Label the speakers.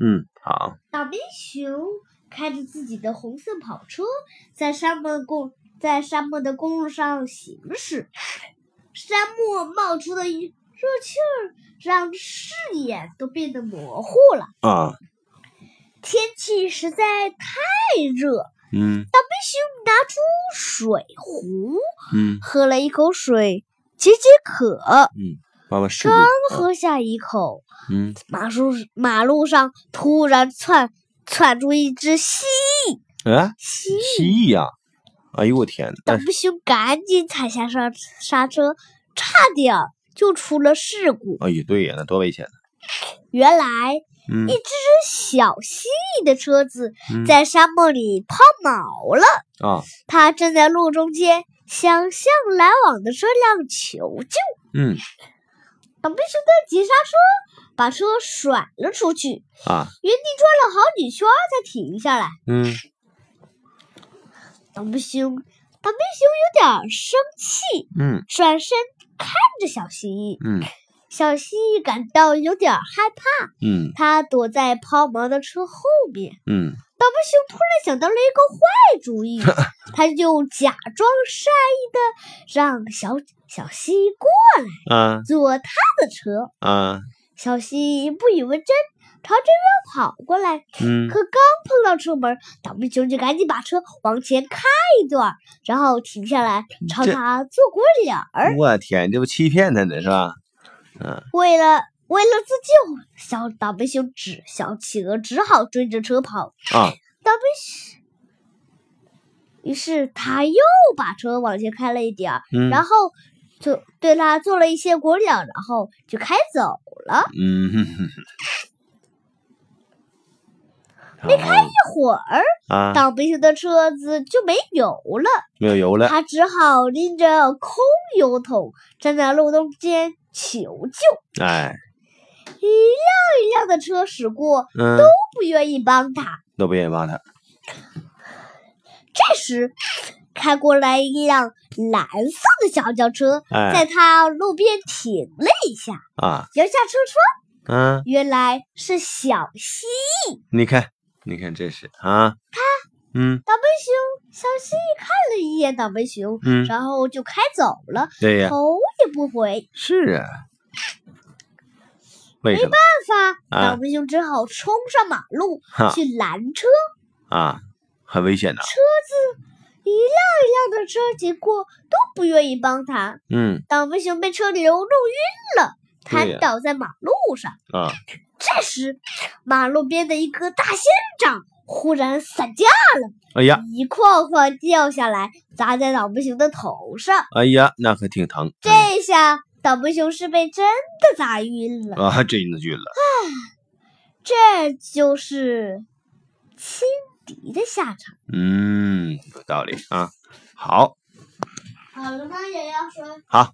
Speaker 1: 嗯，好，
Speaker 2: 小冰熊开着自己的红色跑车，在沙漠公在沙漠的公路上行驶。沙漠冒出的一热气儿，让视野都变得模糊了。
Speaker 1: 啊，
Speaker 2: 天气实在太热，
Speaker 1: 嗯
Speaker 2: 小冰熊拿出水壶，
Speaker 1: 嗯
Speaker 2: 喝了一口水，解解渴。
Speaker 1: 嗯，爸爸试
Speaker 2: 刚
Speaker 1: 过，
Speaker 2: 喝下一口，
Speaker 1: 嗯，
Speaker 2: 马路马路上突然窜窜出一只蜥蜴，
Speaker 1: 啊，
Speaker 2: 蜥
Speaker 1: 蜥蜴呀，哎呦我天，
Speaker 2: 小
Speaker 1: 但是
Speaker 2: 布熊赶紧踩下刹刹车，差点儿就出了事故。
Speaker 1: 哎呀，对呀，那多危险呢，
Speaker 2: 原来
Speaker 1: 嗯
Speaker 2: 一只小蜥蜴的车子
Speaker 1: 嗯
Speaker 2: 在沙漠里抛锚了，
Speaker 1: 啊，
Speaker 2: 它站在路中间，向向来往的车辆求救。
Speaker 1: 嗯
Speaker 2: 小布熊在急刹车，把车甩了出去，原
Speaker 1: 啊，
Speaker 2: 地转了好几圈儿才停下来。
Speaker 1: 嗯
Speaker 2: 小布熊，小布熊有点儿生气，
Speaker 1: 嗯
Speaker 2: 转身看着小蜥蜴。
Speaker 1: 嗯
Speaker 2: 小蜥蜴感到有点害怕，
Speaker 1: 嗯
Speaker 2: 它躲在抛锚的车后面。
Speaker 1: 嗯
Speaker 2: 小布熊突然想到了一个坏主意， 他就假装善意的让小小蜥蜴过
Speaker 1: 啊
Speaker 2: 坐他的车。
Speaker 1: 啊，
Speaker 2: 小蜥蜴不以为真，朝这边跑过来，
Speaker 1: 嗯
Speaker 2: 可刚碰到车门，小布熊就赶紧把车往前开一段，然后停下来朝
Speaker 1: 这
Speaker 2: 他做鬼脸儿。
Speaker 1: 哎我天，这不欺骗他呢是吧？
Speaker 2: 为了为了自救，小倒霉熊只小企鹅只好追着车跑。
Speaker 1: 啊，
Speaker 2: 倒霉熊，于是他又把车往前开了一点儿，
Speaker 1: 嗯
Speaker 2: 然后就对他做了一些果鸟，然后就开走了。
Speaker 1: 嗯哼哼哼，然后
Speaker 2: 一会儿，
Speaker 1: 啊，
Speaker 2: 倒霉熊的车子就没油了，
Speaker 1: 没有油了，
Speaker 2: 他只好拎着空油桶站在路中间求救。
Speaker 1: 哎，
Speaker 2: 一辆一辆的车驶过，
Speaker 1: 嗯，
Speaker 2: 不愿意帮他。
Speaker 1: 都不愿意帮他，
Speaker 2: 这时，开过来一辆蓝色的小轿车，
Speaker 1: 哎
Speaker 2: 在他路边停了一下，
Speaker 1: 啊，
Speaker 2: 摇下车窗，
Speaker 1: 嗯，
Speaker 2: 原来是小西。
Speaker 1: 你看，你看，这是啊，嗯
Speaker 2: 倒霉熊小西看了一眼倒霉熊，
Speaker 1: 嗯，
Speaker 2: 然后就开走了，
Speaker 1: 对呀，
Speaker 2: 头也不回。
Speaker 1: 是啊，为什么
Speaker 2: 办法，
Speaker 1: 啊
Speaker 2: 倒霉熊只好冲上马路
Speaker 1: 哈
Speaker 2: 去拦车。
Speaker 1: 啊？很危险的，
Speaker 2: 一辆一辆的车经过都不愿意帮他，
Speaker 1: 嗯
Speaker 2: 倒霉熊被车流弄晕了，
Speaker 1: 对呀
Speaker 2: 瘫倒在马路上。
Speaker 1: 啊，
Speaker 2: 这时，马路边的一棵大仙掌忽然散架，
Speaker 1: 哎呀，
Speaker 2: 一块块掉下来，砸在倒霉熊的头上。
Speaker 1: 哎呀，那可挺疼，嗯
Speaker 2: 这下，倒霉熊是被真的砸晕了。
Speaker 1: 啊，真的晕了，
Speaker 2: 这就是轻敌的下场。
Speaker 1: 嗯，有道理啊，好，
Speaker 2: 好了吗，瑶瑶说。
Speaker 1: 好。